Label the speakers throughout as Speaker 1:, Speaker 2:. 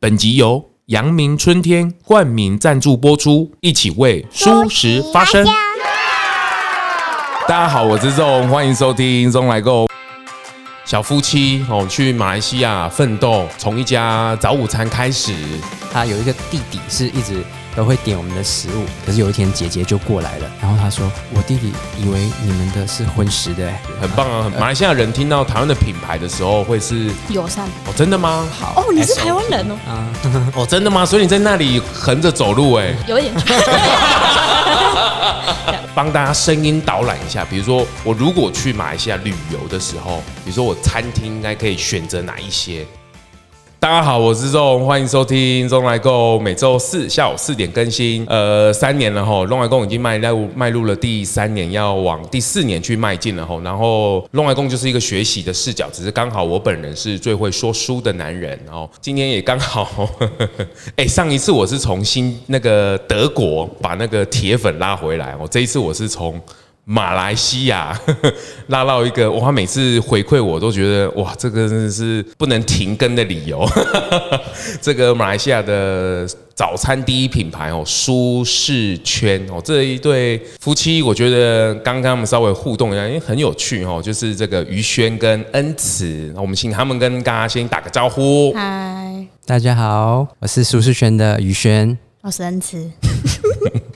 Speaker 1: 本集由阳明春天冠名赞助播出，一起为舒适发声。大家好，我是钟，欢迎收听《钟来购》。小夫妻哦，去马来西亚奋斗，从一家早午餐开始。
Speaker 2: 他有一个弟弟是一直都会点我们的食物，可是有一天姐姐就过来了，然后她说：“我弟弟以为你们的是荤食的、欸，
Speaker 1: 很棒啊！马来西亚人听到台湾的品牌的时候，会是
Speaker 3: 友善
Speaker 1: 哦，真的吗？
Speaker 2: 好
Speaker 3: 哦，你是台湾人哦，
Speaker 1: 哦，真的吗？所以你在那里横着走路哎、
Speaker 3: 有一点
Speaker 1: 帮大家声音导览一下，比如说我如果去马来西亚旅游的时候，比如说我餐厅应该可以选择哪一些？大家好，我是钟，欢迎收听钟来购，每周四下午四点更新。呃，三年了吼，钟来购已经迈入迈入了第三年，要往第四年去迈进了吼。然后钟来购就是一个学习的视角，只是刚好我本人是最会说书的男人，然后今天也刚好，呵呵呵哎、上一次我是从新那个德国把那个铁粉拉回来，哦我这一次我是从。马来西亚 呵呵拉到一个哇，每次回馈我都觉得哇，这个真的是不能停更的理由。 这个马来西亚的早餐第一品牌哦，舒适圈哦，这一对夫妻，我觉得刚刚我们稍微互动一下，因为很有趣哦，就是这个于轩跟恩慈，哦我们请他们跟大家先打个招呼。
Speaker 3: 嗨，
Speaker 2: 大家好，我是舒适圈的宇轩，
Speaker 3: 我是恩 慈，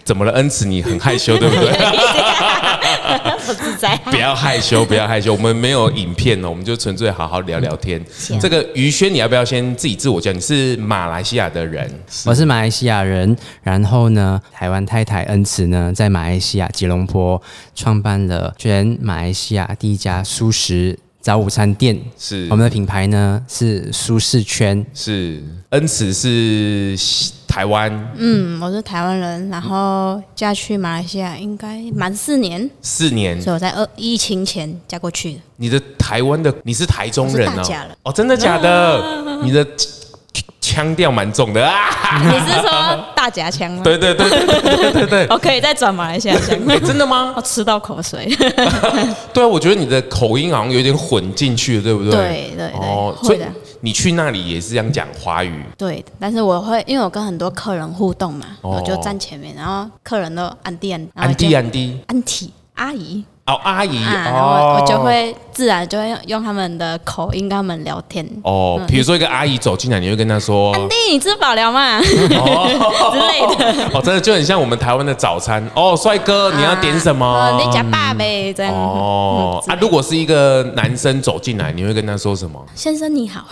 Speaker 1: 怎么了，恩慈？你很害羞对不对？
Speaker 3: 我自在。
Speaker 1: 不要害羞，不要害羞，我们没有影片哦，我们就纯粹好好聊聊天。
Speaker 3: 啊
Speaker 1: 这个于轩，你要不要先自己自我介绍？你是马来西亚的人，
Speaker 2: 我是马来西亚人。然后呢，台湾太太恩慈呢，在马来西亚吉隆坡创办了全马来西亚第一家素食早午餐店。
Speaker 1: 是
Speaker 2: 我们的品牌呢是舒适圈，
Speaker 1: 是恩慈是台湾
Speaker 3: 嗯，我是台湾人，然后嫁去马来西亚应该满四年，
Speaker 1: 四年，
Speaker 3: 所以我在二疫情前嫁过去的。
Speaker 1: 你的台湾的你是台中人
Speaker 3: 我是
Speaker 1: 哦
Speaker 3: 大甲人，啊
Speaker 1: 哦，真的假的？你的腔调蛮重的啊！
Speaker 3: 你是说大夹枪吗？
Speaker 1: 对对对对对对 对，
Speaker 3: 我可以再转马来西亚 枪，
Speaker 1: 哎真的吗？
Speaker 3: 我吃到口水。
Speaker 1: 对啊，我觉得你的口音好像有点混进去了，对不对？哦
Speaker 3: 对对对
Speaker 1: 所
Speaker 3: 会
Speaker 1: 以
Speaker 3: 的
Speaker 1: 你去那里也是这样讲华语，
Speaker 3: 对，但是我会，因为我跟很多客人互动嘛，
Speaker 1: 哦
Speaker 3: 我就站前面，然后客人都安迪安
Speaker 1: 安啊迪安迪，
Speaker 3: 安提阿姨，
Speaker 1: 哦，阿姨，
Speaker 3: 啊，然后
Speaker 1: 哦，
Speaker 3: 我就会自然就会用用他们的口音跟他们聊天。
Speaker 1: 哦，
Speaker 3: 嗯
Speaker 1: 比如说一个阿姨走进来，你会跟她说，
Speaker 3: 安迪，你吃饱了吗？ 之类的。
Speaker 1: 哦，真的就很像我们台湾的早餐，哦，帅哥，你要点什
Speaker 3: 啊
Speaker 1: 么？嗯
Speaker 3: 你讲爸呗，这样。
Speaker 1: 哦，
Speaker 3: 嗯
Speaker 1: 啊，如果是一个男生走进来，你会跟他说什么？
Speaker 3: 先生你 好，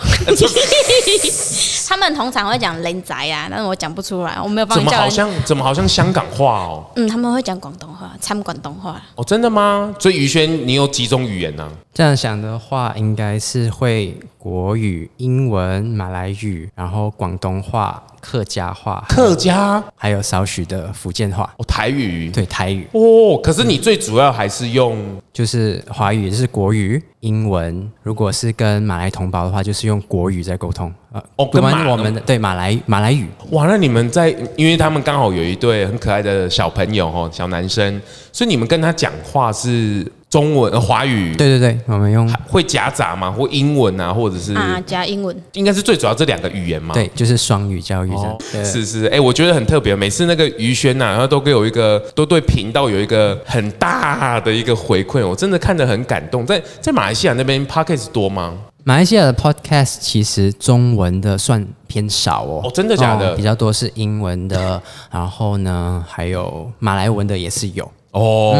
Speaker 3: 他们通常会讲人仔啊，但是我讲不出来，我没有帮
Speaker 1: 怎
Speaker 3: 你
Speaker 1: 么
Speaker 3: 叫
Speaker 1: 好
Speaker 3: 人。
Speaker 1: 像怎么好像香港话哦？
Speaker 3: 嗯，他们会讲广东话，掺广东话。
Speaker 1: 哦，真的吗？所以于轩，你有几种语言啊呢、
Speaker 2: 这样想的话，应该是会国语、英文、马来语，然后广东话、客家话，
Speaker 1: 客家、
Speaker 2: 还有少许的福建话，
Speaker 1: 哦、台语，
Speaker 2: 对台语，
Speaker 1: 哦，可是你最主要还是用
Speaker 2: 就是华语就是国语、英文。如果是跟马来同胞的话，就是用国语在沟通。呃，
Speaker 1: 哦跟马
Speaker 2: 我们我们的对马来马来语，
Speaker 1: 哇，那你们在，因为他们刚好有一对很可爱的小朋友哦，小男生，所以你们跟他讲话是中文、呃华语，，
Speaker 2: 对对对，我们用
Speaker 1: 会夹杂吗？或英文啊，或者是、
Speaker 3: 啊，加英文，
Speaker 1: 应该是最主要这两个语言嘛？
Speaker 2: 对就是双语教育这样
Speaker 1: 哦。
Speaker 2: 对
Speaker 1: 是是，哎、我觉得很特别。每次那个于轩呐、然后都给我一个，都对频道有一个很大的一个回馈，我真的看得很感动。在在马来西亚那边 p o c k e t 多吗？
Speaker 2: 马来西亚的 podcast 其实中文的算偏少哦，
Speaker 1: 哦真的假的
Speaker 2: 比较多是英文的，然后呢，还有马来文的也是有，
Speaker 1: 哦，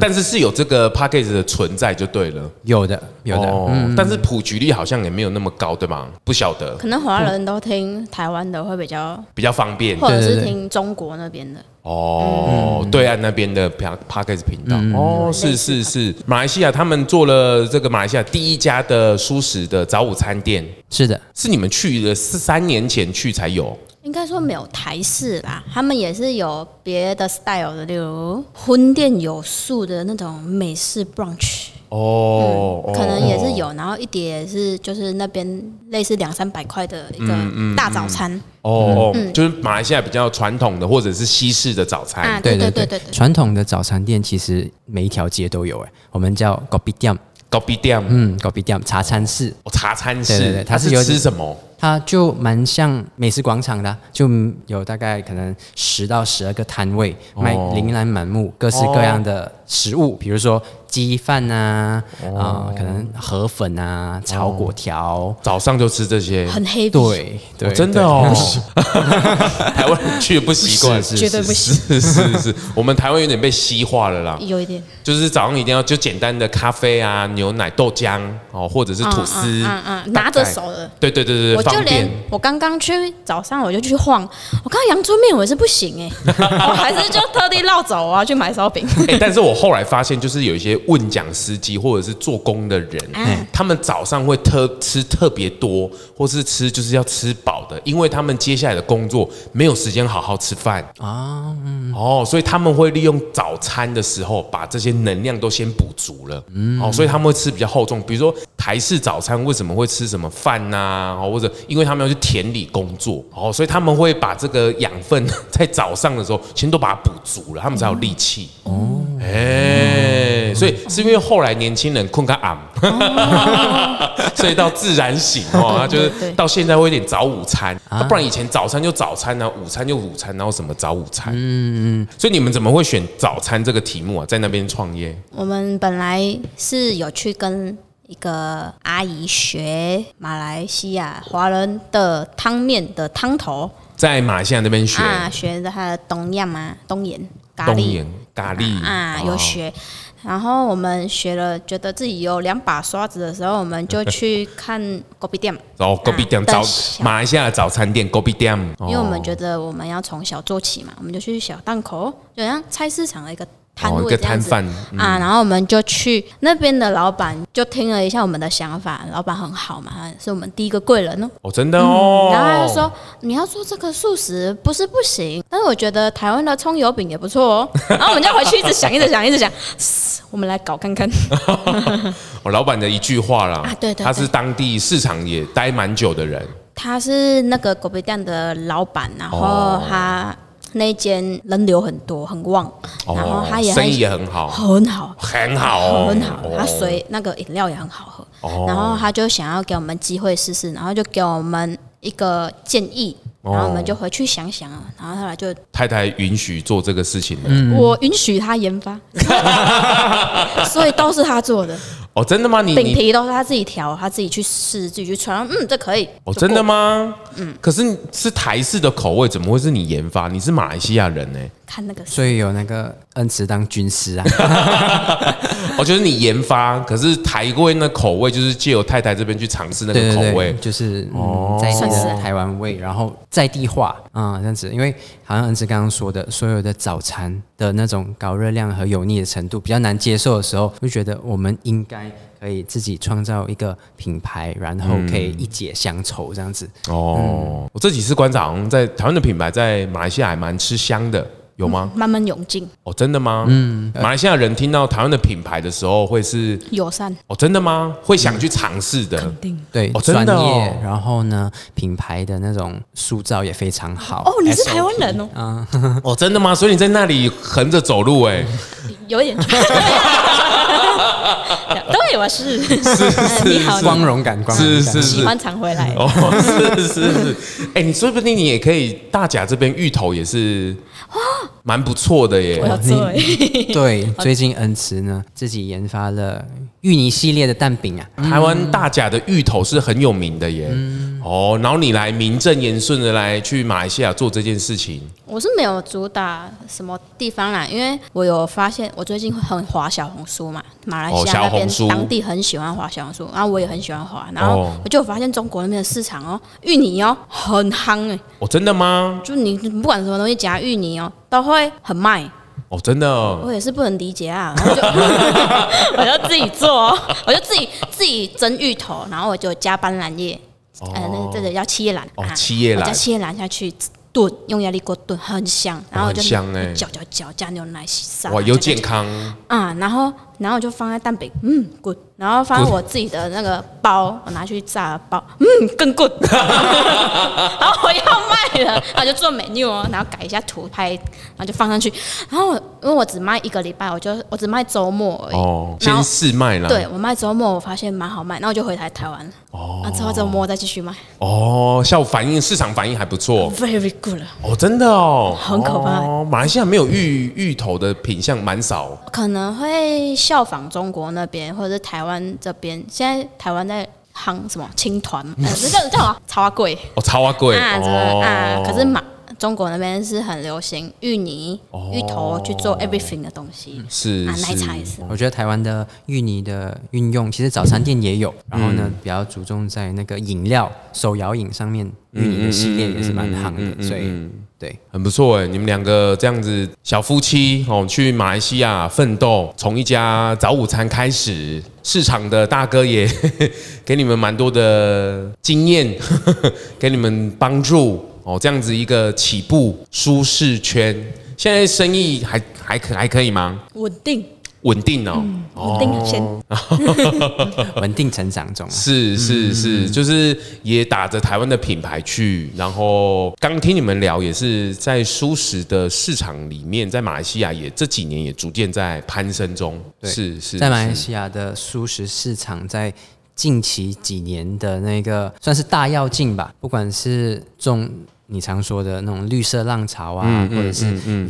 Speaker 1: 但是是有这个 p o c k e t 的存在就对了。
Speaker 2: 有的有的，嗯
Speaker 1: 哦，但是普及率好像也没有那么高，对吗？不晓得，
Speaker 3: 可能华人都听台湾的会比较，
Speaker 1: 比较方便
Speaker 3: 或嗯者
Speaker 2: 对
Speaker 3: 是
Speaker 2: 对对
Speaker 3: 听中国那边的。
Speaker 1: 哦。对岸那边的 p a r k e s 频道，哦，是是是，马来西亚他们做了这个马来西亚第一家的舒适的早午餐店，
Speaker 2: 是的，
Speaker 1: 是你们去的是三年前去才有
Speaker 3: 应该说没有台式啦，他们也是有别的 style 的，例如婚店有素的那种美式 brunch，、
Speaker 1: 哦，
Speaker 3: 嗯可能也是
Speaker 1: 哦
Speaker 3: 有，然后一碟也是就是那边类似两三百块的一个
Speaker 1: 嗯
Speaker 3: 大早餐、
Speaker 1: 哦，
Speaker 3: 嗯
Speaker 1: 哦就是马来西亚比较传统的或者是西式的早餐，
Speaker 3: 啊，
Speaker 2: 对
Speaker 3: 对对
Speaker 2: 对
Speaker 3: 对对对，
Speaker 2: 传统的早餐店其实每一条街都有，哎，我们叫 g o b i d i a m
Speaker 1: 高逼店，
Speaker 2: 嗯 g o b i d i a m 茶餐室，
Speaker 1: 哦茶餐
Speaker 2: 对对
Speaker 1: 室
Speaker 2: 对，
Speaker 1: 它
Speaker 2: 它
Speaker 1: 是
Speaker 2: 是有
Speaker 1: 吃什么？
Speaker 2: 它就蛮像美食广场的啊、就有大概可能十到十二个摊位卖
Speaker 1: 哦
Speaker 2: 琳琅满目各式各样的食物，比如说鸡饭啊，啊、
Speaker 1: 哦
Speaker 2: 可能河粉啊，炒粿条。
Speaker 1: 早上就吃这些，
Speaker 3: 很 heavy，
Speaker 2: 对对、
Speaker 1: 哦真的
Speaker 2: 对
Speaker 1: 哦， 台湾人去不习惯，
Speaker 2: 是
Speaker 3: 绝对不行，嗯
Speaker 1: 是是是，我们台湾有点被西化了啦，
Speaker 3: 有一点
Speaker 1: 就是早上一定要就简单的咖啡啊、牛奶、豆浆哦，或者是吐司，
Speaker 3: 嗯嗯嗯
Speaker 1: 大概
Speaker 3: 拿着手的。
Speaker 1: 对对对对，
Speaker 3: 我就
Speaker 1: 方
Speaker 3: 连
Speaker 1: 便。
Speaker 3: 我刚刚去早上我就去晃，我看到阳春面我也是不行 哎、我还是就特地绕走我要去买烧饼。
Speaker 1: 哎、但是我后来发现，就是有一些问讲司机或者是做工的人，
Speaker 3: 嗯
Speaker 1: 他们早上会特吃特别多，或是吃就是要吃饱的，因为他们接下来的工作没有时间好好吃饭啊，哦，所以他们会利用早餐的时候把这些能量都先补足了，哦，所以他们会吃比较厚重，比如说台式早餐为什么会吃什么饭呐、哦，或者因为他们要去田里工作，哦，所以他们会把这个养分 在早上的时候先都把它补足了，他们才有力气。哎、所以是因为后来年轻人困个暗， 所以到自然醒哦，他就是
Speaker 3: 对对
Speaker 1: 到现在会有点早午餐，啊不然以前早餐就早餐啊，午餐就午餐，然后什么早午餐。嗯嗯。所以你们怎么会选早餐这个题目啊？在那边创业
Speaker 3: 我们本来是有去跟一个阿姨学马来西亚华人的汤面的汤头
Speaker 1: 在马来西亚那边学
Speaker 3: 啊，学的他的东亚嘛，东盐咖
Speaker 1: 东
Speaker 3: 喱
Speaker 1: 岩咖喱
Speaker 3: 啊，有
Speaker 1: 哦
Speaker 3: 学。然后我们学了，觉得自己有两把刷子的时候，我们就去 看狗皮店，
Speaker 1: 然后隔壁店
Speaker 3: 啊
Speaker 1: 早
Speaker 3: 但是
Speaker 1: 马来西亚的早餐店隔壁店，哦因
Speaker 3: 因为我们觉得我们要从小做起嘛，我们就去小档口，就像菜市场的一个摊
Speaker 1: 哦一
Speaker 3: 位
Speaker 1: 个
Speaker 3: 这样
Speaker 1: 摊
Speaker 3: 子。
Speaker 1: 贩
Speaker 3: 啊，然后我们就去那边的老板就听了一下我们的想法，老板很好嘛，他是我们第一个贵人哦。
Speaker 1: 哦，真的哦。
Speaker 3: 然后他就说：“你要做这个素食不是不行，但是我觉得台湾的葱油饼也不错 哦。”然后我们就回去一直想，一直想，一直想，嘶我们来搞看看。
Speaker 1: 哦，老板的一句话啦，
Speaker 3: 啊对对
Speaker 1: 他是
Speaker 3: 对
Speaker 1: 当地市场也待蛮久的人，
Speaker 3: 他是那个狗皮店的老板，然后
Speaker 1: 哦
Speaker 3: 他那间人流很多，很旺，
Speaker 1: 哦
Speaker 3: 然后他也
Speaker 1: 生
Speaker 3: 很
Speaker 1: 意也很好，
Speaker 3: 很好，
Speaker 1: 很好哦，
Speaker 3: 很好，
Speaker 1: 哦
Speaker 3: 他水那个饮料也很好喝，
Speaker 1: 哦
Speaker 3: 然后他就想要给我们机会试试，然后就给我们一个建议，
Speaker 1: 哦
Speaker 3: 然后我们就回去想想，啊然后后来就
Speaker 1: 太太允许做这个事情了，
Speaker 2: 嗯
Speaker 3: 我允许他研 发，所以都是他做的，
Speaker 1: 哦，真的吗？你
Speaker 3: 饼
Speaker 1: 你
Speaker 3: 皮都是他自己调，他自己去试，自己去穿，嗯，这可以，
Speaker 1: 哦，
Speaker 3: 就
Speaker 1: 真的
Speaker 3: 过？
Speaker 1: 吗？嗯，可是是台式的口味，怎么会是你研发？你是马来西亚人欸 呢？
Speaker 3: 看那个
Speaker 2: 所以有那个恩慈当军师啊，
Speaker 1: 哦，就是你研发，可是台味那口味就是借由太太这边去尝试那
Speaker 2: 对
Speaker 1: 个
Speaker 2: 对
Speaker 1: 口
Speaker 2: 对，
Speaker 1: 味，哦
Speaker 2: 就是、嗯、在地
Speaker 3: 算是
Speaker 2: 的台湾味，然后在地化啊、这样子。因为好像恩慈刚刚说的，所有的早餐的那种高热量和油腻的程度比较难接受的时候，就觉得我们应该可以自己创造一个品牌，然后可以一解乡愁这样子。
Speaker 1: 哦，
Speaker 2: 嗯
Speaker 1: 我这几次观察，好像在台湾的品牌在马来西亚还蛮吃香的，有
Speaker 2: 嗯
Speaker 1: 吗？
Speaker 3: 慢慢涌进，
Speaker 1: 哦，真的吗？嗯，马来西亚人听到台湾的品牌的时候，会是
Speaker 3: 友善，
Speaker 1: 哦，真的吗？会想去尝试的。
Speaker 2: 对，
Speaker 1: 哦真
Speaker 2: 专
Speaker 1: 的哦
Speaker 2: 业，然后呢，品牌的那种塑造也非常好。
Speaker 3: 哦，你是
Speaker 1: 啊
Speaker 3: 台湾人哦，
Speaker 1: 哦，真的吗？所以你在那里横着走路、欸，
Speaker 3: 嗯有一 点。对，我是
Speaker 1: 是是
Speaker 3: 你好，你
Speaker 2: 哎光荣感，光荣
Speaker 1: 是
Speaker 2: 感
Speaker 1: 是
Speaker 3: 喜
Speaker 1: 是，
Speaker 3: 欢常回来。
Speaker 1: 哦，是是是，哎、你说不定你也可以，大甲这边芋头也是蛮不错的耶
Speaker 3: 我。要做欸
Speaker 2: 对，最近恩慈呢自己研发了芋泥系列的蛋饼啊，
Speaker 1: 台湾大甲的芋头是很有名的耶。
Speaker 3: 嗯
Speaker 1: 哦，然后你来名正言顺的来去马来西亚做这件事情，
Speaker 3: 我是没有主打什么地方啦，因为我有发现，我最近很滑小红书嘛，马来西亚
Speaker 1: 哦小
Speaker 3: 那
Speaker 1: 红
Speaker 3: 边
Speaker 1: 书
Speaker 3: 当地很喜欢滑小红书，然后我也很喜欢滑，然后
Speaker 1: 哦
Speaker 3: 我就有发现中国那边的市场哦，芋泥哦很夯哎、
Speaker 1: 哦，真的吗？
Speaker 3: 就你不管什么东西夹芋泥哦，都会很卖。
Speaker 1: 哦，真的。
Speaker 3: 我也是不能理解 啊，然后就 我就自己做，我就自己自己蒸芋头，然后我就加斑斓叶，呃，那个这个叫七叶兰
Speaker 1: 哦
Speaker 3: 啊
Speaker 1: 七叶兰
Speaker 3: 我加七叶兰下去炖，用压力锅炖，很香，然后我就
Speaker 1: 很香欸
Speaker 3: 搅搅搅加牛奶洗沙，
Speaker 1: 哇，又健康
Speaker 3: 啊，然后然后我就放在蛋饼，嗯，滚，然后发现我自己的那个包，我拿去炸了包，嗯，更 good。然后我要卖了，然后就做 menu 哦，然后改一下图拍，然后就放上去。然后我因为我只卖一个礼拜，我就我只卖周末而已。
Speaker 1: 哦，
Speaker 3: 然后
Speaker 1: 先试卖啦。
Speaker 3: 对，我卖周末，我发现蛮好卖，那我就回台台湾了。哦，那之后周末再继续卖
Speaker 1: 哦，效果反应市场反应还不错
Speaker 3: ，very good 了。
Speaker 1: 哦，真的哦，
Speaker 3: 很可怕
Speaker 1: 哦。马来西亚没有芋芋头的品相蛮少，
Speaker 3: 可能会效仿中国那边，或者是台湾这边。现在台湾在夯什么青团，呃那叫叫什么茶花贵
Speaker 1: 哦，超啊嗯贵
Speaker 3: 啊，这个啊
Speaker 1: 哦，，
Speaker 3: 可是马中国那边是很流行芋泥、芋头去做 everything 的东西，
Speaker 1: 哦嗯是
Speaker 3: 啊，奶茶也是。
Speaker 2: 我觉得台湾的芋泥的运用，其实早餐店也有，然后呢，
Speaker 1: 嗯
Speaker 2: 比较注重在那个饮料手摇饮上面，
Speaker 1: 嗯
Speaker 2: 芋泥的系列也是蛮夯的，所以对，
Speaker 1: 很不错哎，你们两个这样子小夫妻哦，去马来西亚奋斗，从一家早午餐开始，市场的大哥也 给你们蛮多的经验， 给你们帮助哦，这样子一个起步舒适圈，现在生意还还可还可以吗？
Speaker 3: 稳定，
Speaker 1: 稳定哦，
Speaker 3: 稳定先。
Speaker 2: 稳定成长中啊。
Speaker 1: 是是
Speaker 2: 嗯
Speaker 1: 是，就是也打着台湾的品牌去，然后刚听你们聊，也是在舒适的市场里面，在马来西亚也这几年也逐渐在攀升中。
Speaker 2: 对
Speaker 1: 是是，
Speaker 2: 在马来
Speaker 1: 是
Speaker 2: 西亚的素食市场，在近期几年的那个算是大跃进吧，不管是种你常说的那种绿色浪潮啊，
Speaker 1: 嗯
Speaker 2: 或者是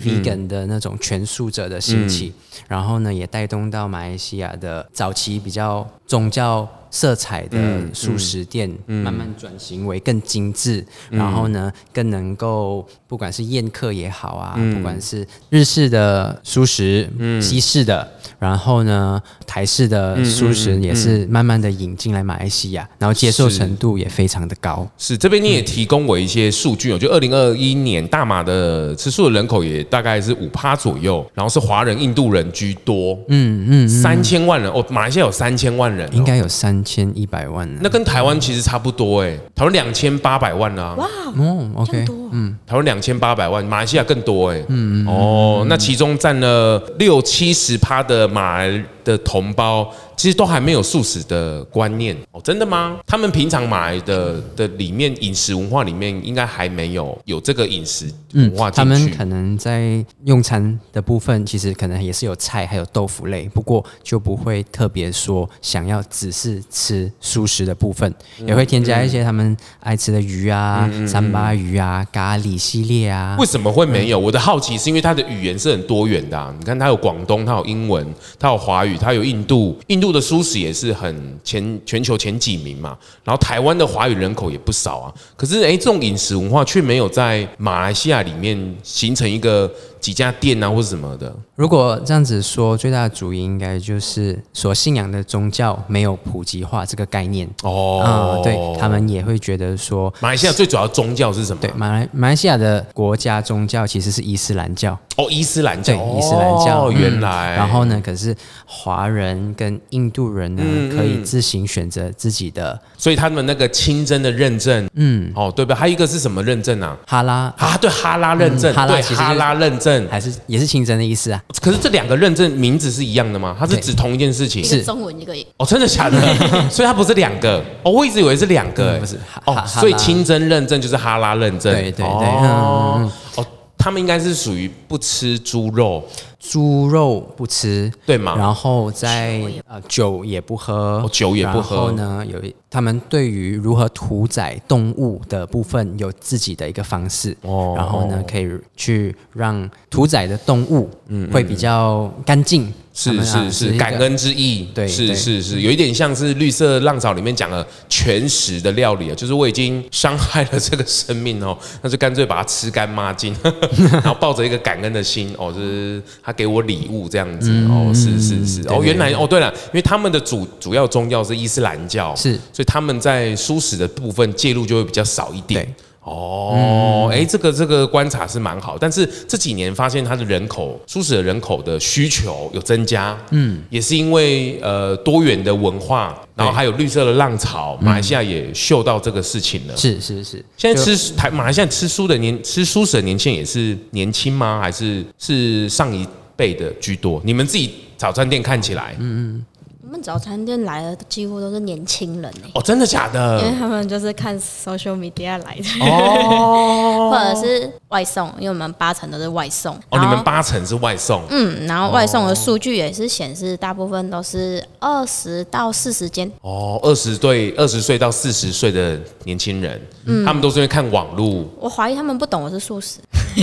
Speaker 2: vegan 的那种全素者的兴起，然后呢，也带动到马来西亚的早期比较宗教色彩的素食店，慢慢转型为更精致，然后呢，更能够不管是宴客也好啊，不管是日式的素食，西式的，然后呢，台式的素食也是慢慢的引进来马来西亚，然后接受
Speaker 1: 是
Speaker 2: 程度也非常的高。
Speaker 1: 是这边你也提供我一些数据哦，就二零二一年大马的吃素的人口也大概是五趴左右，然后是华人、印度人居多，嗯嗯，三千万人哦，马来西亚有三千万人哦、
Speaker 2: 应该有三千一百万了
Speaker 1: 那跟台湾其实差不多哎，台湾两千八百万啊啦、
Speaker 3: 哇，
Speaker 2: 哦
Speaker 3: 这么
Speaker 2: ，OK，
Speaker 3: 多，啊
Speaker 1: 台湾两千八百万，马来西亚更多哎。嗯哦，那其中占了六七十趴的马来的同胞，其实都还没有素食的观念哦。真的吗？他们平常马来的的里面饮食文化里面，应该还没有有这个饮食文化
Speaker 2: 嗯他
Speaker 1: 进
Speaker 2: 们
Speaker 1: 去。
Speaker 2: 可能在用餐的部分，其实可能也是有菜，还有豆腐类，不过就不会特别说想要只是吃素食的部分，
Speaker 1: 嗯
Speaker 2: 也会添加一些他们爱吃的鱼啊、三巴鱼啊、咖喱系列啊
Speaker 1: 为。什么会没有？我的好奇是因为它的语言是很多元的、啊。你看，它有广东，它有英文，它有华语，它有印度。印度的素食也是很前全球前几名嘛。然后台湾的华语人口也不少啊。可是，哎，这种饮食文化却没有在马来西亚里面形成一个几家店啊，或者什么的。
Speaker 2: 如果这样子说，最大的主因应该就是所信仰的宗教没有普及化这个概念啊、
Speaker 1: 哦，
Speaker 2: 对他们也会觉得说。
Speaker 1: 马来西亚最主要的宗教是什么？
Speaker 2: 对，马来马来西亚的国家宗教其实是伊斯兰教，
Speaker 1: 哦，伊斯兰教。
Speaker 2: 对伊斯兰教
Speaker 1: 哦
Speaker 2: 嗯
Speaker 1: 原来。
Speaker 2: 然后呢，可是华人跟印度人呢，
Speaker 1: 嗯
Speaker 2: 可以自行选择自己的
Speaker 1: 所以他们那个清真的认证，嗯，哦，对吧？还有一个是什么认证啊？
Speaker 2: 哈拉，
Speaker 1: 啊，对哈拉认证，
Speaker 2: 嗯哈拉
Speaker 1: 对
Speaker 2: 其实就是哎
Speaker 1: 哈拉认证，
Speaker 2: 还是也是清真的意思啊？
Speaker 1: 可是这两个认证名字是一样的吗？它是
Speaker 2: 对
Speaker 1: 指同一件事情？
Speaker 3: 一个中文一个英
Speaker 1: 哦，真的假的？ 所以它不是两个哦，我一直以为是两个、哎
Speaker 2: 嗯不是哈
Speaker 1: 哦，
Speaker 2: 哈哈拉
Speaker 1: 所以清真认证就是哈拉认证，
Speaker 2: 对对对嗯
Speaker 1: 哦、哦，他们应该是属于不吃猪肉，
Speaker 2: 猪肉不吃，
Speaker 1: 对吗
Speaker 2: 然后在呃酒也不喝
Speaker 1: 啊哦，酒也不喝
Speaker 2: 然后呢，有一他们对于如何屠宰动物的部分有自己的一个方式，
Speaker 1: 哦
Speaker 2: 然后呢，可以去让屠宰的动物会比较干净。他
Speaker 1: 嗯是
Speaker 2: 们啊
Speaker 1: 是
Speaker 2: 一
Speaker 1: 是，
Speaker 2: 个
Speaker 1: 感恩之意，
Speaker 2: 对
Speaker 1: 是
Speaker 2: 对
Speaker 1: 是是，有一点像是《绿色浪潮》里面讲的全食的料理啊， 就是我已经伤害了这个生命哦， 那就干脆把它吃干抹净， 然后抱着一个感恩的心哦，就是他给我礼物这样子
Speaker 2: 嗯
Speaker 1: 哦，是是是，哦，原来哦，对了，因为他们的主主要宗教是伊斯兰教，
Speaker 2: 是
Speaker 1: 所以他们在舒适的部分介入就会比较少一点
Speaker 2: 对。
Speaker 1: 哦，哎、这个这个观察是蛮好，但是这几年发现它的人口，舒适的人口的需求有增加，嗯，也是因为呃多元的文化，然后还有绿色的浪潮，马来西亚也嗅到这个事情了。
Speaker 2: 是是是，
Speaker 1: 现在
Speaker 2: 就
Speaker 1: 吃台马来西亚吃素的年吃素食的年轻人也是年轻吗？还是是上一辈的居多？你们自己早餐店看起来，嗯嗯，
Speaker 3: 们早餐店来的几乎都是年轻人哎、
Speaker 1: 哦，真的假的？
Speaker 3: 因为他们就是看 social media 来
Speaker 1: 嗯
Speaker 3: 的，
Speaker 1: 哦
Speaker 3: 或者是外送，因为我们八成都是外送。
Speaker 1: 哦，
Speaker 3: 然
Speaker 1: 你
Speaker 3: 后
Speaker 1: 们八成是外送，
Speaker 3: 嗯，然后外送的数据也是显示，大部分都是二十到四十间。
Speaker 1: 哦，二十岁二十岁到四十岁的年轻人，
Speaker 2: 嗯
Speaker 1: 他们都是因为看网 络，
Speaker 3: 我怀疑他们不懂我是素食，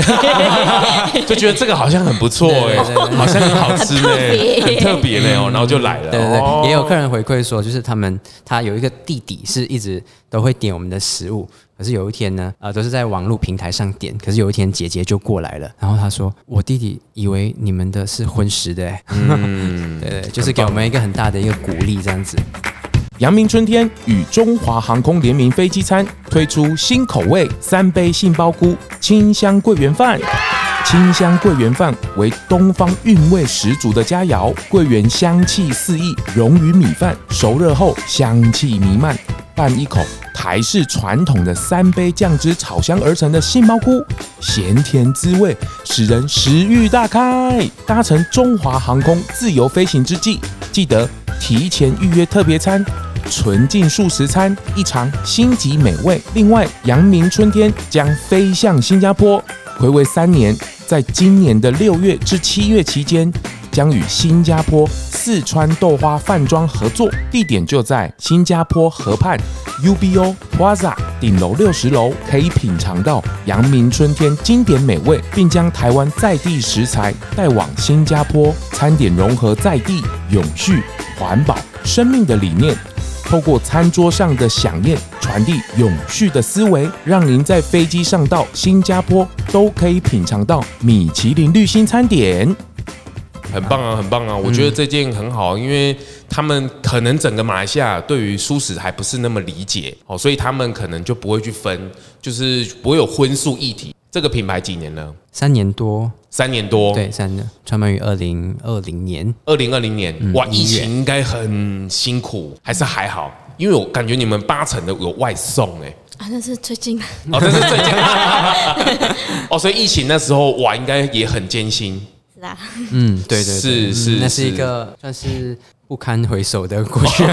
Speaker 1: 就觉得这个好像很不错哎、
Speaker 2: 对对对
Speaker 1: 好像很好吃呢、
Speaker 3: 很特别
Speaker 1: 很特别呢、哦，然后就来了。
Speaker 2: 对对
Speaker 1: 哦
Speaker 2: 对，也有客人回馈说，就是他们他有一个弟弟是一直都会点我们的食物，可是有一天呢，呃，都是在网络平台上点，可是有一天姐姐就过来了，然后她说，我弟弟以为你们的是荤食的、欸，嗯， 对对，就是给我们一个很大的一个鼓励，这样子。
Speaker 1: 阳明春天与中华航空联名飞机餐推出新口味三杯杏鲍菇清香桂圆饭。清香桂圆饭为东方韵味十足的佳肴，桂圆香气四溢，溶于米饭，熟热后香气弥漫。拌一口台式传统的三杯酱汁炒香而成的杏鲍菇，咸甜滋味使人食欲大开。搭乘中华航空自由飞行之际，记得提前预约特别餐。纯净素食餐一尝，星级美味。另外，阳明春天将飞向新加坡，暌违三年，在今年的六月至七月期间，将与新加坡四川豆花饭庄合作，地点就在新加坡河畔 UBO Plaza 顶楼六十楼，可以品尝到阳明春天经典美味，并将台湾在地食材带往新加坡，餐点融合在地、永续、环保、生命的理念。透过餐桌上的飨宴，传递永续的思维，让您在飞机上到新加坡都可以品尝到米其林绿星餐点。很棒啊，很棒
Speaker 2: 嗯
Speaker 1: 啊！我觉得这件很好，因为他们可能整个马来西亚对于素食还不是那么理解哦，所以他们可能就不会去分，就是不会有荤素议题。这个品牌几年了？
Speaker 2: 三年多，
Speaker 1: 三年多。
Speaker 2: 对，三年，创办于二零二零年，
Speaker 1: 二零二零年，哇，
Speaker 2: 嗯一
Speaker 1: 疫
Speaker 2: 月
Speaker 1: 情应该很辛苦，还是还好？因为我感觉你们八成的有外送哎、
Speaker 3: 啊，那是最近
Speaker 2: 嗯
Speaker 1: 哦，这是最近。 哦，所以疫情那时候哇，应该也很艰辛。
Speaker 3: 是啊，
Speaker 2: 嗯，对对对
Speaker 1: 是
Speaker 2: 嗯
Speaker 1: 是
Speaker 2: 那是一
Speaker 1: 是
Speaker 2: 个算是不堪回首的过去，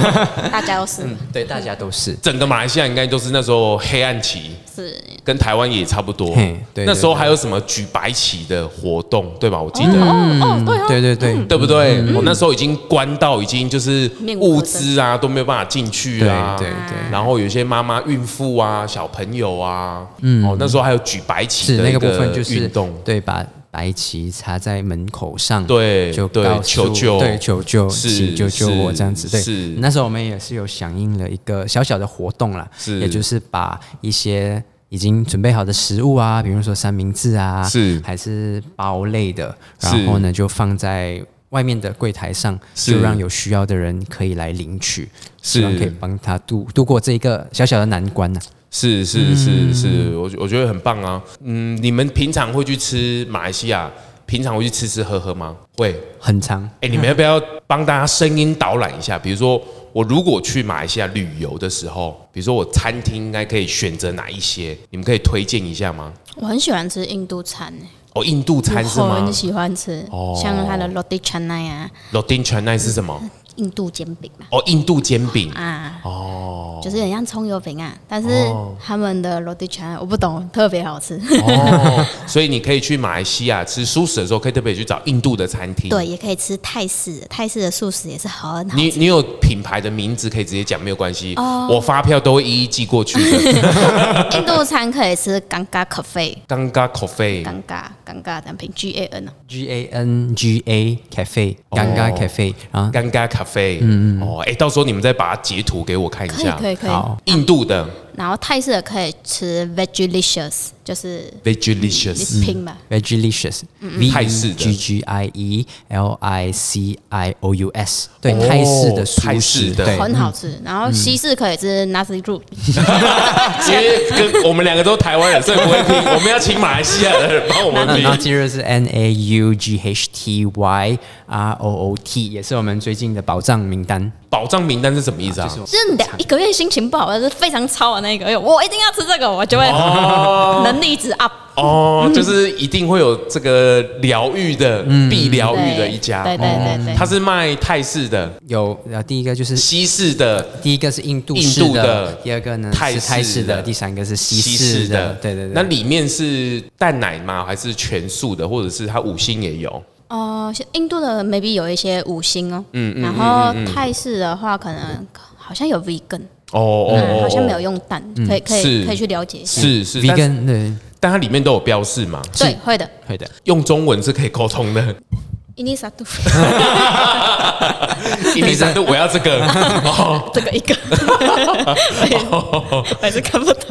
Speaker 3: 大家都是
Speaker 2: 对，大家都是。
Speaker 1: 整个马来西亚应该都是那时候黑暗期，
Speaker 3: 是
Speaker 1: 跟台湾也差不多。
Speaker 2: 嘿对对嗯
Speaker 1: 那时候还有什么举白旗的活动，对吧？我记得。
Speaker 3: 哦哦对哦，
Speaker 2: 对对对，
Speaker 1: 对不对？
Speaker 2: 嗯
Speaker 1: 我那时候已经关到已经就是
Speaker 3: 面无
Speaker 1: 物
Speaker 3: 可
Speaker 1: 资啊都没有办法进去
Speaker 2: 对
Speaker 1: 啊，
Speaker 2: 对对
Speaker 1: 然后有些妈妈、孕妇啊、小朋友啊，哦，那时候还有举白旗
Speaker 2: 嗯是
Speaker 1: 的
Speaker 2: 那
Speaker 1: 一
Speaker 2: 个部分就是嗯
Speaker 1: 运动，
Speaker 2: 对，把白旗插在门口上，
Speaker 1: 对
Speaker 2: 就
Speaker 1: 对
Speaker 2: 告诉
Speaker 1: 求救
Speaker 2: 对求救，
Speaker 1: 是
Speaker 2: 请救救
Speaker 1: 是
Speaker 2: 我这样子。对，
Speaker 1: 是
Speaker 2: 那时候我们也是有响应了一个小小的活动啦，
Speaker 1: 是
Speaker 2: 也就是把一些。已经准备好的食物啊，比如说三明治啊，
Speaker 1: 是
Speaker 2: 还是包类的，
Speaker 1: 是
Speaker 2: 然后呢就放在外面的柜台上，
Speaker 1: 是
Speaker 2: 就让有需要的人可以来领取，
Speaker 1: 是
Speaker 2: 希望可以帮他度度过这一个小小的难关啊呐、
Speaker 1: 是是是是，我觉我觉得很棒啊。嗯，你们平常会去吃马来西亚？平常会去吃吃喝喝吗？会。
Speaker 2: 很长。
Speaker 1: 哎、你们要不要帮大家声音导览一下？比如说，我如果去马来西亚旅游的时候，比如说我餐厅应该可以选择哪一些？你们可以推荐一下吗？
Speaker 3: 我很喜欢吃印度餐诶，
Speaker 1: 哦，印度餐是
Speaker 3: 我
Speaker 1: 吗
Speaker 3: 很喜欢吃，
Speaker 1: 哦
Speaker 3: 像它的 roti canai 啊，
Speaker 1: ？Rodin Chennai 是什么？
Speaker 3: 印度煎饼啊
Speaker 1: 哦，印度煎饼。
Speaker 3: 啊，哦，就是很像葱油饼啊，但是他们的 roti canai 我不懂，特别好吃，
Speaker 1: 哦，所以你可以去马来西亚吃素食的时候，可以特别去找印度的餐厅。
Speaker 3: 对，，也可以吃泰式，泰式的素食也是很好
Speaker 1: 你
Speaker 3: 吃。
Speaker 1: 你有品牌的名字可以直接讲，没有关系。
Speaker 3: 哦
Speaker 1: 我发票都会一一寄过去的。
Speaker 3: 印度餐可以吃 Ganga Cafe。
Speaker 1: 刚刚 coffee，
Speaker 3: 尴尬尴尬单品 G A N 啊
Speaker 2: G A N G A Cafe，尴
Speaker 1: 哦
Speaker 2: 尬 Cafe，然啊后
Speaker 1: 刚刚 cafe。嗯哦，哎、到时候你们再把它截图给我看一
Speaker 3: 可以
Speaker 1: 下。
Speaker 3: 可以嗯可以。
Speaker 2: 好
Speaker 1: 印度的
Speaker 3: 然后泰式的可以吃 Vegelicious，就是。
Speaker 1: vegelicious，
Speaker 3: 拼吧，
Speaker 2: Vegelicious V
Speaker 1: 泰式
Speaker 2: E
Speaker 1: 的
Speaker 2: G G I E L I C I O U S，对
Speaker 1: 哦
Speaker 2: 泰式的素
Speaker 1: 泰式
Speaker 2: 食，
Speaker 1: 的
Speaker 2: 对，
Speaker 3: 很好吃。然后西式可以
Speaker 1: 嗯
Speaker 3: 吃 Nasi r o o
Speaker 1: 因为跟我们两个都台湾人，所以不会 拼。我们要请马来西亚的人帮我们
Speaker 2: 那
Speaker 1: 拼
Speaker 2: 然。后接着是 N A U G H T Y R O O T，也是我们最近的保障名单。
Speaker 1: 保障名单是什么意思啊？
Speaker 2: 就是我
Speaker 3: 就是两一个月心情不好，就是非常超的那个，哎呦我一定要吃这个，我就会
Speaker 1: 哦
Speaker 3: 能力值 up。
Speaker 1: 哦，就是一定会有这个疗愈的、
Speaker 2: 嗯
Speaker 1: 必疗愈的一家。哦
Speaker 3: 对对对对对
Speaker 1: 他是卖泰式的、
Speaker 2: 有呃，第一个就是
Speaker 1: 西式的、
Speaker 2: 第一个是印度
Speaker 1: 印
Speaker 2: 式
Speaker 1: 度的
Speaker 2: 的，第二个呢
Speaker 1: 泰
Speaker 2: 是泰
Speaker 1: 式
Speaker 2: 式
Speaker 1: 的
Speaker 2: 的，第三个是西式的。对对对，
Speaker 1: 那里面是蛋奶吗？还是全素的？或者是它五星也有？
Speaker 3: 哦、像印度的 maybe 有一些五星哦，
Speaker 1: 嗯
Speaker 3: 然后泰式的话可能好像有 vegan，、
Speaker 1: 哦哦
Speaker 3: 嗯，
Speaker 1: 哦，嗯
Speaker 3: 好像没有用蛋，可以可
Speaker 1: 是
Speaker 3: 以可以去了解一下，
Speaker 1: 是是
Speaker 2: v
Speaker 1: 但
Speaker 2: e 对
Speaker 1: 但它里面都有标示嘛，
Speaker 3: 对，会的。
Speaker 2: 会的。
Speaker 1: 用中文是可以沟通 的。
Speaker 3: 伊尼萨 杜
Speaker 1: 印尼山都我要这 个， 哦，
Speaker 3: 这个一个， 我还是看不懂。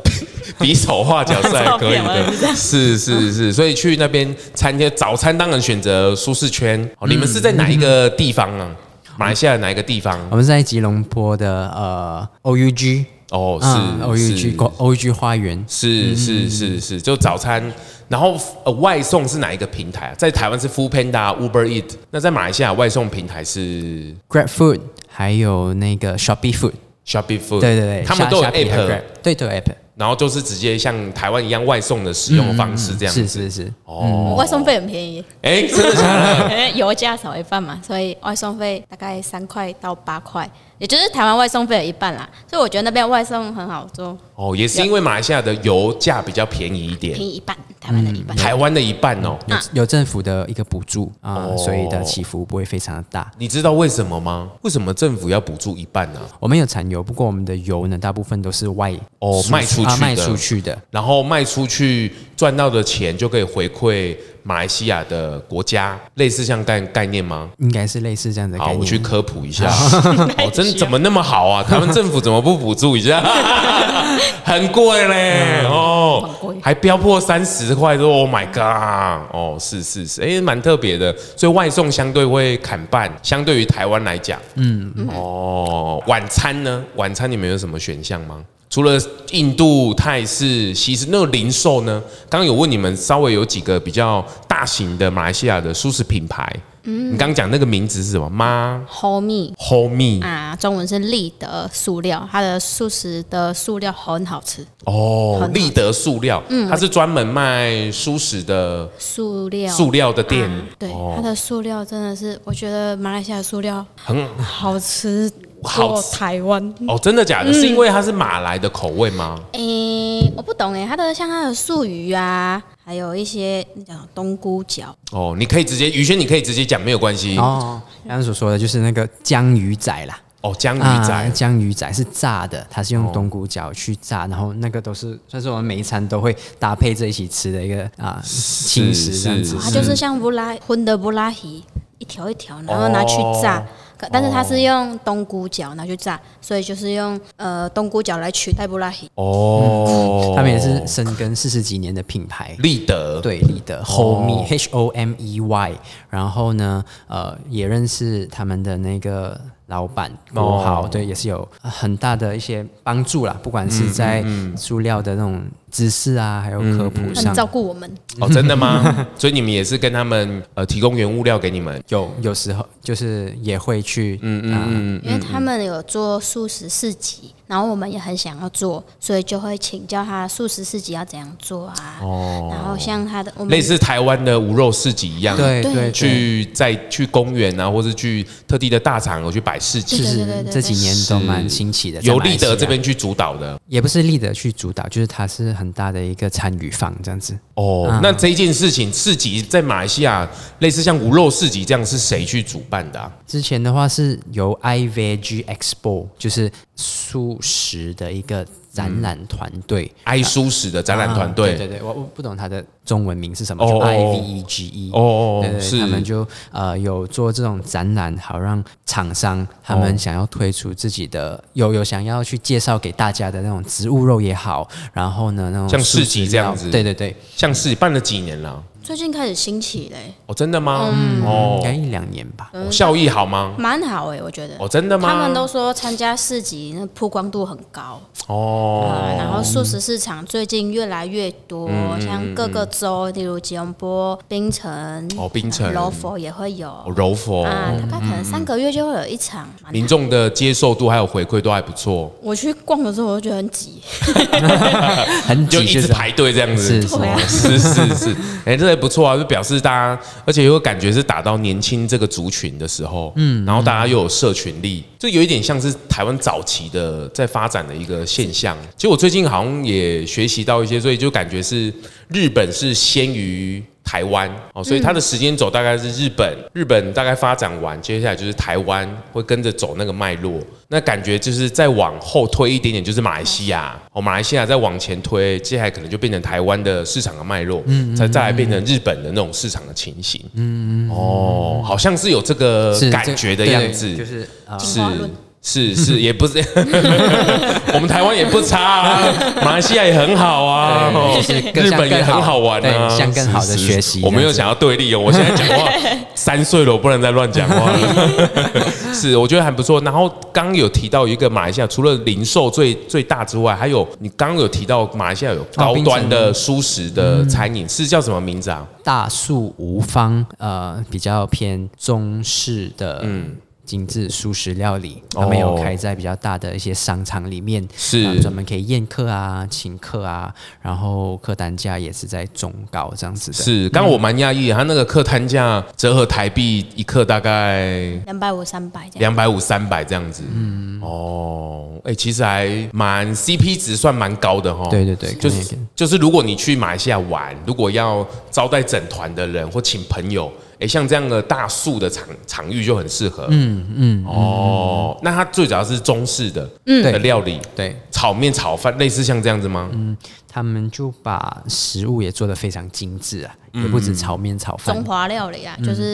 Speaker 1: 比手画脚是还可以
Speaker 3: 照片我也是这
Speaker 1: 的， 是是是，所以去那边餐厅早餐当然选择舒适圈。哦你们是在哪一个地方啊？马来西亚哪一个地方？
Speaker 2: 我们是在吉隆坡的呃 OUG
Speaker 1: 哦，
Speaker 2: 啊
Speaker 1: 是
Speaker 2: OUG
Speaker 1: 是
Speaker 2: 公 OUG 花园，
Speaker 1: 是是是是，就早餐，然后呃外送是哪一个平台啊？在台湾是 Food Panda、Uber Eat，那在马来西亚外送平台是
Speaker 2: Grab Food，还有那个 Shopee Food，
Speaker 1: Shopee Food，
Speaker 2: 对对对，
Speaker 1: 他们都有
Speaker 2: Shopee 和
Speaker 1: App，
Speaker 2: Grab，对都有 App，
Speaker 1: 然后就是直接像台湾一样外送的使用方式这样
Speaker 2: 是
Speaker 1: 子。
Speaker 2: 是是，
Speaker 1: 哦，
Speaker 3: 外送费很便宜，
Speaker 1: 哎，真 的假的？
Speaker 3: 因为油价少一半嘛，所以外送费大概三块到八块，也就是台湾外送费的一半啦。所以我觉得那边外送很好做，
Speaker 1: 哦，也是因为马来西亚的油价比较便宜一点
Speaker 3: 便，宜一半，台湾的一半。
Speaker 1: 台湾的一半哦。
Speaker 2: 有
Speaker 3: 啊
Speaker 2: 有政府的一个补助啊
Speaker 1: 哦，
Speaker 2: 所以的起伏不会非常的大。
Speaker 1: 你知道为什么吗？为什么政府要补助一半呢、
Speaker 2: 我们有产油，不过我们的油呢，大部分都是外
Speaker 1: 哦
Speaker 2: 输
Speaker 1: 卖出去的
Speaker 2: 啊卖出去的，
Speaker 1: 然后卖出去赚到的钱就可以回馈马来西亚的国家，类似像概概念吗？
Speaker 2: 应该是类似这样的概
Speaker 1: 好，
Speaker 2: 念。
Speaker 1: 我去科普一 下。 哦， 真的怎么那么好啊？台湾政府怎么不补助一下？很贵嘞，哦
Speaker 3: 嗯很贵，
Speaker 1: 还飙破三十块多，Oh my god！哦，是是是，哎，蛮特别的。所以外送相对会砍半，相对于台湾来讲，嗯，哦，晚餐呢？晚餐你们有什么选项吗？除了印度、泰式、西式，那个零售呢？刚刚有问你们，稍微有几个比较大型的马来西亚的舒适品牌。嗯，你刚刚讲那个名字是什么？妈
Speaker 3: Homie
Speaker 1: Homie
Speaker 3: 啊，中文是立德塑料，它的素食的塑料很好嗯吃，
Speaker 1: 哦，
Speaker 3: 很
Speaker 1: 立德塑料，它是专门卖舒适的
Speaker 3: 塑料
Speaker 1: 塑料哦的店，
Speaker 3: 对，它的塑料真的是，我觉得马来西亚的塑料
Speaker 1: 很
Speaker 3: 好吃
Speaker 1: 好
Speaker 3: 过
Speaker 1: 吃
Speaker 3: 台湾。
Speaker 1: 哦，真的
Speaker 3: 嗯
Speaker 1: 假的？是因为它是马来的口味吗？
Speaker 3: 诶、我不懂诶，它的像它的素鱼啊，还有一些那叫冬菇饺，
Speaker 1: 哦，你可以直接，宇轩，你可以直接讲，没有关系。
Speaker 2: 哦，刚刚所说的就是那个江鱼仔啦，
Speaker 1: 哦，江鱼
Speaker 2: 啊
Speaker 1: 仔，
Speaker 2: 江鱼仔是炸的，它是用冬菇饺去炸，然后那个都是算是我们每一餐都会搭配着一起吃的一个啊轻食这样子
Speaker 1: 是。
Speaker 3: 它就是像布拉荤的布拉皮，一条一条，然后拿去炸。
Speaker 1: 哦
Speaker 3: 可但是它是用冬菇饺拿去炸，所以就是用呃冬菇饺来取代布拉皮。
Speaker 1: 哦，
Speaker 2: 嗯他们也是深耕四十几年的品牌，
Speaker 1: 立德，，
Speaker 2: 对，立德 Homey H O M E Y，然后呢，呃，也认识他们的那个老板郭豪，对，也是有呃很大的一些帮助啦，不管是在塑料的那种知识啊，还有科普
Speaker 3: 很
Speaker 2: 上，
Speaker 3: 照顾我们，
Speaker 1: 哦，真的吗？ 所以你们也是跟他们呃提供原物料给你们，
Speaker 2: 有有时候就是也会去，嗯嗯
Speaker 3: 因为他们有做素食市集，然后我们也很想要做，所以就会请教他素食市集要怎样做啊。然后像他的我们
Speaker 1: 哦类似台湾的无肉市集一样，
Speaker 2: 对
Speaker 3: 对
Speaker 2: 对，
Speaker 1: 去在去公园啊，或是去特地的大场合去摆市集，
Speaker 3: 对对对
Speaker 2: 是
Speaker 3: 对对
Speaker 2: 这几年都蛮
Speaker 1: 是
Speaker 2: 新奇的，在
Speaker 1: 由
Speaker 2: 马来
Speaker 1: 立
Speaker 2: 西
Speaker 1: 德
Speaker 2: 亚
Speaker 1: 这边去主导的。
Speaker 2: 也不是立德去主导，就是它是很大的一个参与方这样子。
Speaker 1: 哦，
Speaker 2: 嗯
Speaker 1: 那这一件事情，市集在马来西亚类似像无肉市集这样，是谁去主办的、啊？
Speaker 2: 之前的话是由 IVG Expo，就是素食的一个展览团队。
Speaker 1: 哀舒适的展览嗯团
Speaker 2: 啊对
Speaker 1: 队。
Speaker 2: 对对，我我不懂它的中文名是什么，
Speaker 1: 哦
Speaker 2: 就
Speaker 1: 哦哦
Speaker 2: I V E G E，
Speaker 1: 哦哦哦
Speaker 2: 对对
Speaker 1: 是
Speaker 2: 对，他们就呃有做这种展览，好让厂商他
Speaker 1: 哦
Speaker 2: 们想要推出自己的，有有想要去介绍给大家的那种植物肉也好，然后呢那种
Speaker 1: 像市
Speaker 2: 素食
Speaker 1: 集这样子
Speaker 2: 料对对对，
Speaker 1: 像是办了几年了、
Speaker 3: 最近开始兴起嘞，
Speaker 1: 哦，真的吗？
Speaker 3: 嗯
Speaker 2: 哦，应该
Speaker 1: 哦，
Speaker 2: 一两年吧。
Speaker 1: 哦效益好吗？
Speaker 3: 蛮好哎，我觉得。
Speaker 1: 哦，真的吗？
Speaker 3: 他们都说参加市集那曝光度很高，啊，然
Speaker 1: 哦，
Speaker 3: 后素食市场最近越来越多，
Speaker 1: 嗯
Speaker 3: 像各个州，例如吉隆坡、槟城、
Speaker 1: 哦槟城
Speaker 3: 柔佛也会有
Speaker 1: 哦柔佛，嗯
Speaker 3: 啊，大概可能三个月就会有一场。蛮
Speaker 1: 民众的接受度还有回馈都还不错，
Speaker 3: 我去逛的时候，我就觉得很挤，
Speaker 2: 很
Speaker 1: 就
Speaker 2: 挤，
Speaker 1: 一
Speaker 2: 就
Speaker 1: 直
Speaker 2: 是
Speaker 1: 排队这样子
Speaker 2: 是。是
Speaker 3: 对啊
Speaker 1: 是是是， 哎、这也不错啊，就表示大家，而且又感觉是打到年轻这个族群的时候，嗯，然后大家又有社群力，这有一点像是台湾早期的在发展的一个现象。其实我最近好像也学习到一些，所以就感觉是日本是先于。台湾哦，
Speaker 2: 嗯
Speaker 1: 所以它的时间轴大概是日本，日本大概发展完，接下来就是台湾会跟着走那个脉络。那感觉就是再往后推一点点，就是马来西亚哦，马来西亚再往前推，接下来可能就变成台湾的市场的脉络，
Speaker 2: 嗯
Speaker 1: 再再来变成日本的那种市场的情形。嗯，哦，好像是有这个
Speaker 2: 是
Speaker 1: 感
Speaker 2: 这
Speaker 1: 觉的
Speaker 2: 对
Speaker 1: 样子，
Speaker 2: 就是啊，
Speaker 3: 进化论。
Speaker 1: 是是， 也不是，我们台湾也不差啊，马来西亚也很好啊，
Speaker 2: 对
Speaker 1: 哦
Speaker 2: 就是更
Speaker 1: 日本也很好玩啊，
Speaker 2: 对向更好的
Speaker 1: 是是
Speaker 2: 学习
Speaker 1: 我没有
Speaker 2: 这样子
Speaker 1: 想要对立哦，我现在讲话 三岁了，我不能再乱讲话了。是，我觉得还不错。然后刚刚有提到一个马来西亚，除了零售最最大之外，还有你刚刚有提到马来西亚有高
Speaker 2: 槟
Speaker 1: 端
Speaker 2: 城
Speaker 1: 的舒适的餐饮，是叫什么名字啊？
Speaker 2: 大树无芳，呃，比较偏中式的精致素食料理，他们有
Speaker 1: 嗯哦
Speaker 2: 开在比较大的一些商场里面，
Speaker 1: 是
Speaker 2: 呃专门可以宴客啊、请客啊，然后客单价也是在中高这样子的。
Speaker 1: 是，刚刚我蛮讶异的，它那个客单价折合台币一克大概
Speaker 3: 两百五、三百这样。
Speaker 1: 两百五、三百这样子。嗯，哦，哎、其实还蛮 CP 值算蛮高的哈。
Speaker 2: 对对对
Speaker 1: 就
Speaker 2: 可
Speaker 1: 是
Speaker 2: 以
Speaker 1: 就是，如果你去马来西亚玩，如果要招待整团的人或请朋友，哎、像这样的大树的场场域就很适合。嗯嗯，哦，那它最主要是中式的
Speaker 2: 嗯
Speaker 1: 的
Speaker 2: 对
Speaker 1: 料理，
Speaker 2: 对，
Speaker 1: 炒面、炒饭，类似像这样子吗？
Speaker 2: 他们就把食物也做得非常精致啊，
Speaker 1: 嗯
Speaker 2: 也不止炒面、炒饭
Speaker 3: 中，华料理啊，就是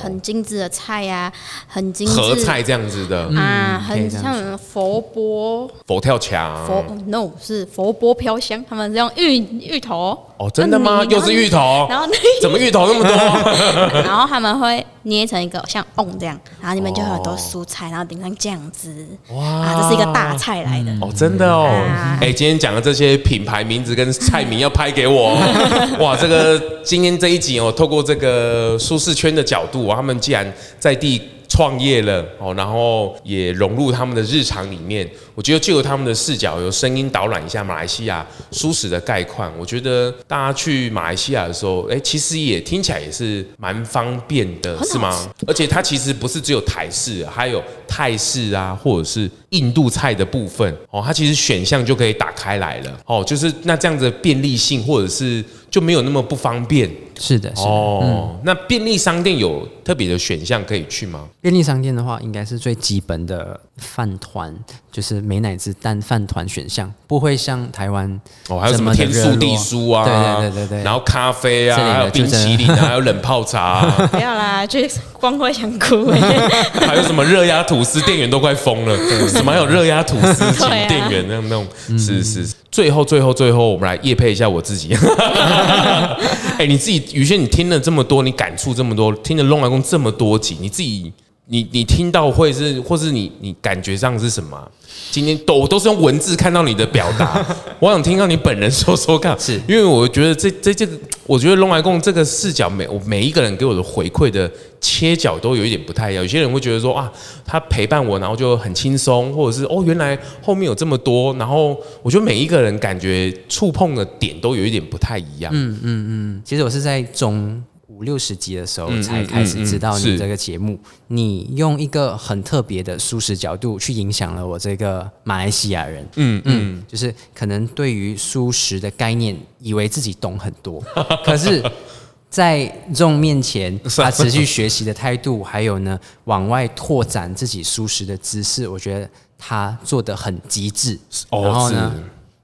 Speaker 3: 很精致的菜呀、很精致
Speaker 1: 哦合菜这嗯样子的，
Speaker 3: 啊，
Speaker 2: 可
Speaker 3: 很
Speaker 2: 以这样
Speaker 3: 像佛钵
Speaker 1: 佛跳墙。
Speaker 3: 佛、no 哦是佛钵飘香，他们是用芋芋头
Speaker 1: 哦，真的吗？
Speaker 3: 跟泥
Speaker 1: 又是芋头，
Speaker 3: 然后
Speaker 1: 怎么芋头那么多？
Speaker 3: 然后他们会捏成一个像瓮这样，然后里面就会有很多蔬菜，然后淋上酱汁，啊，这是一个大菜来的。
Speaker 1: 哦，真的哦
Speaker 3: 啊，
Speaker 1: 哎、今天讲的这些品牌名字跟菜名要拍给我哦、哇，这个今天这一集哦，透过这个舒适圈的角度、哦，他们既然在地创业了哦，然后也融入他们的日常里面，我觉得就由他们的视角，由声音导览一下马来西亚舒适的概况。我觉得大家去马来西亚的时候，哎、其实也听起来也是蛮方便的，
Speaker 3: 很好
Speaker 1: 是吗？而且它其实不是只有台式，还有泰式啊，或者是印度菜的部分哦，它其实选项就可以打开来了哦，就是那这样子的便利性，或者是就没有那么不方便
Speaker 2: 是的，是的。嗯
Speaker 1: 哦。那便利商店有特别的选项可以去吗？
Speaker 2: 便利商店的话，应该是最基本的饭团，就是美乃滋蛋饭团选项，不会像台湾
Speaker 1: 哦，还有
Speaker 2: 这
Speaker 1: 什么
Speaker 2: 的
Speaker 1: 天
Speaker 2: 热
Speaker 1: 数
Speaker 2: 络
Speaker 1: 地书啊，
Speaker 2: 对对对对对，
Speaker 1: 然后咖啡啊，
Speaker 2: 这里的
Speaker 1: 还有冰淇淋啊，还有冷泡茶、啊，
Speaker 3: 不要啦，就光会想 哭、
Speaker 1: 还有什么热压吐司，店员都快疯了，什么还有热压吐司请
Speaker 3: 对啊
Speaker 1: 店员那样弄，是是。最后最后最后，我们来夜配一下我自己。 哎，你自己于轩，你听了这么多，你感触这么多，听了《龙来公》这么多集，你自己。你你听到会是，或是你你感觉上是什么啊？今天都我都是用文字看到你的表达，我想听到你本人说说看，
Speaker 2: 是
Speaker 1: 因为我觉得这这这个，我觉得龙来共这个视角每我每一个人给我的回馈的切角都有一点不太一样。有些人会觉得说啊，他陪伴我，然后就很轻松，或者是哦，原来后面有这么多。然后我觉得每一个人感觉触碰的点都有一点不太一样。嗯，
Speaker 2: 其实我是在中五六十集的时候才
Speaker 1: 嗯
Speaker 2: 开
Speaker 1: 嗯嗯
Speaker 2: 始知道
Speaker 1: 是
Speaker 2: 你这个节目，你用一个很特别的舒适角度去影响了我这个马来西亚人。嗯嗯，就是可能对于舒适的概念，以为自己懂很多， 可是。在众 面前，他持续学习的态度，还有呢，往外拓展自己舒适的知识，我觉得他做的很极致。
Speaker 1: 哦
Speaker 2: 然后呢，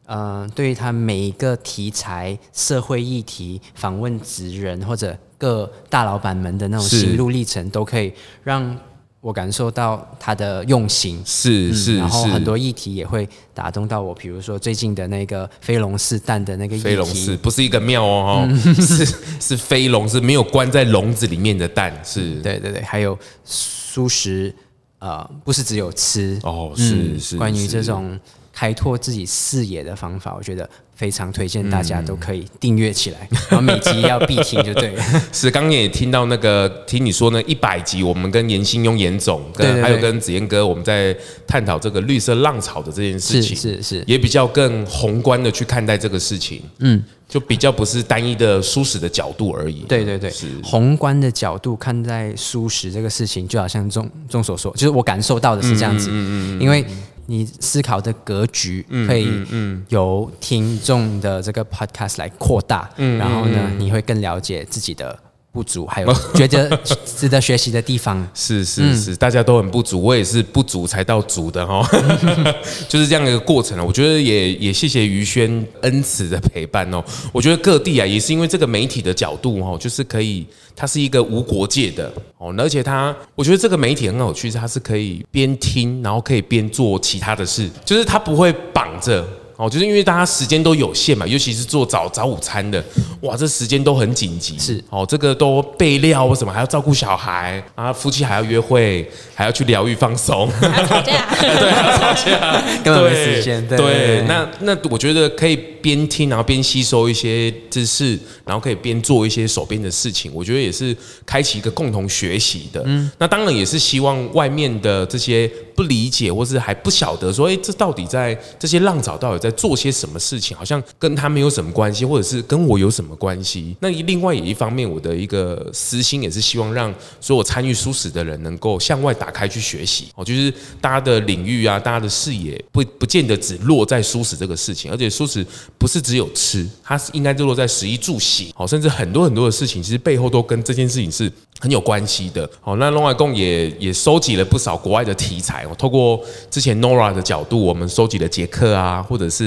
Speaker 2: 嗯，对于他每一个题材、社会议题、访问职人或者各大老板们的那种
Speaker 1: 是
Speaker 2: 心路历程，都可以让我感受到他的用心，
Speaker 1: 是是
Speaker 2: 嗯然后
Speaker 1: 是，
Speaker 2: 很多议题也会打动到我，比如说最近的那个飞龙四蛋的那个议题，
Speaker 1: 飞龙是不是一个庙哦？
Speaker 2: 嗯
Speaker 1: 哈 是是飞龙，是没有关在笼子里面的蛋，是
Speaker 2: 对对对，还有素食，呃，不是只有吃
Speaker 1: 哦，
Speaker 2: 嗯
Speaker 1: 是是。
Speaker 2: 关于这
Speaker 1: 是
Speaker 2: 种开拓自己视野的方法，我觉得非常推荐大
Speaker 1: 嗯
Speaker 2: 家都可以订阅起来，然后每集要必听就对了。
Speaker 1: 是，刚刚也听到那个，听你说呢，一百集，我们跟严兴庸严总，跟
Speaker 2: 对对对
Speaker 1: 还有跟子燕哥，我们在探讨这个绿色浪潮的这件事
Speaker 2: 是
Speaker 1: 情，
Speaker 2: 是是，
Speaker 1: 也比较更宏观的去看待这个事情，嗯，就比较不是单一的舒适的角度而已，
Speaker 2: 对对对
Speaker 1: 是，
Speaker 2: 宏观的角度看待素食这个事情，就好像众众所说，就是我感受到的是这样子，
Speaker 1: 嗯
Speaker 2: 因为你思考的格局可
Speaker 1: 嗯
Speaker 2: 以由听众的这个 podcast 来扩大，
Speaker 1: 嗯
Speaker 2: 然后呢，你会更了解自己的不足，还有觉得值得学习的地方。
Speaker 1: 是是是，大家都很不足，我也是不足才到足的哈、 哦，就是这样一个过程啊。我觉得也也谢谢于轩恩慈的陪伴哦。我觉得各地啊，也是因为这个媒体的角度哦，就是可以，它是一个无国界的哦，而且它，我觉得这个媒体很有趣，它是可以边听，然后可以边做其他的事，就是它不会绑着。哦，就是因为大家时间都有限嘛，尤其是做早早午餐的，哇，这时间都很紧急。
Speaker 2: 是
Speaker 1: 哦，这个都备料或什么，还要照顾小孩啊，夫妻还要约会，还要去疗愈放松，
Speaker 3: 还要吵架，
Speaker 1: 对，啊还要吵架，
Speaker 2: 根本没
Speaker 1: 对
Speaker 2: 时间对
Speaker 1: 对，那那我觉得可以边听，然后边吸收一些知识，然后可以边做一些手边的事情，我觉得也是开启一个共同学习的。嗯，那当然也是希望外面的这些不理解或是还不晓得说，哎，这到底在这些浪潮到底在做些什么事情，好像跟他们有什么关系，或者是跟我有什么关系？那另外也一方面，我的一个私心也是希望让所有参与舒适的人能够向外打开去学习哦，就是大家的领域啊，大家的视野不不见得只落在舒适这个事情，而且舒适不是只有吃，它是应该就落在食衣住行哦，甚至很多很多的事情，其实背后都跟这件事情是很有关系的。哦，那龙外公也也收集了不少国外的题材哦，透过之前 Nora 的角度，我们收集了捷克啊，或者是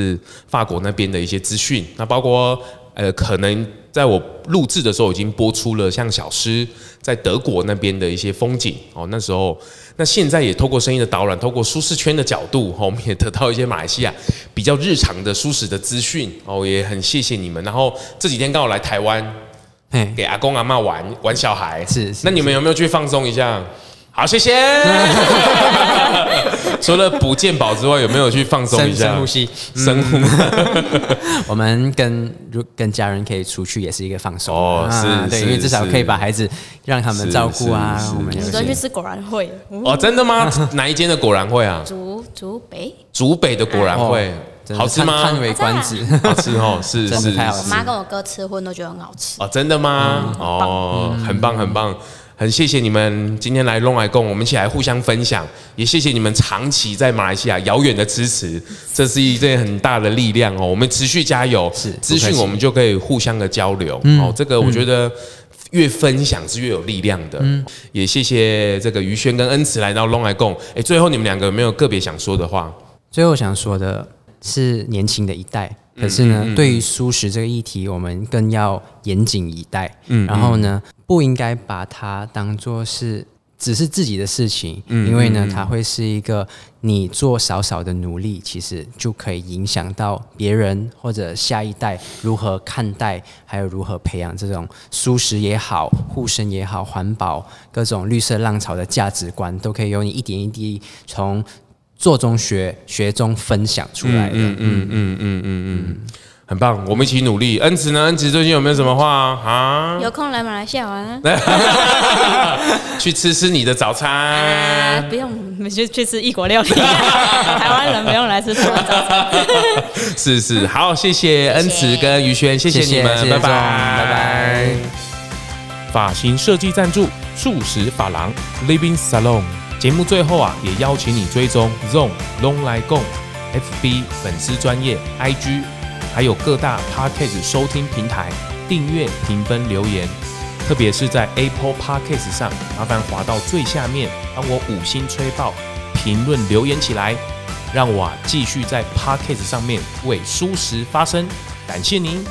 Speaker 1: 法国那边的一些资讯，那包括呃，可能在我录制的时候已经播出了像小诗在德国那边的一些风景哦，那时候，那现在也透过声音的导览，透过舒适圈的角度，哦，我们也得到一些马来西亚比较日常的舒适的资讯哦，也很谢谢你们。然后这几天刚好来台湾，
Speaker 2: 哎，
Speaker 1: 给阿公阿妈玩玩小孩，
Speaker 2: 是是
Speaker 1: 那你们有没有去放松一下？好， 谢谢。除了补健保之外，有没有去放松一
Speaker 2: 深
Speaker 1: 下？
Speaker 2: 深呼，吸，嗯
Speaker 1: 深呼吸。
Speaker 2: 我们跟如跟家人可以出去也是一个放松啊
Speaker 1: 哦是
Speaker 2: 对，
Speaker 1: 是
Speaker 2: 因为至少
Speaker 1: 是
Speaker 2: 可以把孩子让他们
Speaker 1: 是
Speaker 2: 照顾啊
Speaker 1: 是，
Speaker 2: 我们有
Speaker 3: 你
Speaker 2: 一
Speaker 3: 昨天去
Speaker 2: 些
Speaker 3: 吃果然会， 嗯
Speaker 1: 哦，真的吗？哪一间的果然会啊？
Speaker 3: 竹竹北，
Speaker 1: 竹北的果然会
Speaker 2: 哦、真的
Speaker 1: 好吃
Speaker 2: 叹叹
Speaker 1: 吗？
Speaker 2: 为观止。
Speaker 1: 好吃哦，是
Speaker 2: 真的
Speaker 1: 是
Speaker 2: 太好
Speaker 3: 我
Speaker 2: 吃嗯
Speaker 1: 是
Speaker 3: 妈跟我哥吃荤都觉得很好吃。
Speaker 1: 哦，真的吗？哦，很棒很棒。很谢谢你们今天来弄来共，我们一起来互相分享，也谢谢你们长期在马来西亚遥远的支持，这是一件很大的力量哦。我们持续加油，
Speaker 2: 是
Speaker 1: 资
Speaker 2: 不客
Speaker 1: 讯
Speaker 2: 气嗯
Speaker 1: 我们就可以互相的交流、哦。这个我觉得越分享是越有力量的。
Speaker 2: 嗯
Speaker 1: 也谢谢这个于轩跟恩慈来到弄来共。哎，最后你们两个有没有个别想说的话？
Speaker 2: 最后想说的是，年轻的一代，可是呢，对于素食这个议题，我们更要严谨以待。嗯，然后呢，不应该把它当做是只是自己的事情，因为呢，它会是一个你做少少的努力，其实就可以影响到别人或者下一代如何看待，还有如何培养这种素食也好、护生也好、环保各种绿色浪潮的价值观，都可以由你一点一滴从做中学，学中分享出来的。
Speaker 1: 很棒，我们一起努力。恩慈呢？恩慈最近有没有什么话 啊？
Speaker 3: 有空来马来西亚玩啊！
Speaker 1: 去吃吃你的早
Speaker 3: 啊
Speaker 1: 餐，
Speaker 3: 不用， 我们就去吃异国料理。 台湾人不用来吃台湾早餐。
Speaker 1: 是是，好，谢谢恩慈跟于轩，谢谢你们，
Speaker 2: 谢谢
Speaker 1: 拜拜，
Speaker 2: 钟拜拜。
Speaker 1: 发型设计赞助素食发廊 Living Salon。节目最后啊，也邀请你追踪 Zone Long 来共 FB 粉丝专业 IG，还有各大 Podcast 收听平台订阅、评分、留言。特别是在 Apple Podcast 上，麻烦滑到最下面，帮我五星吹爆，评论留言起来，让我啊继续在 Podcast 上面为舒适发声。感谢您，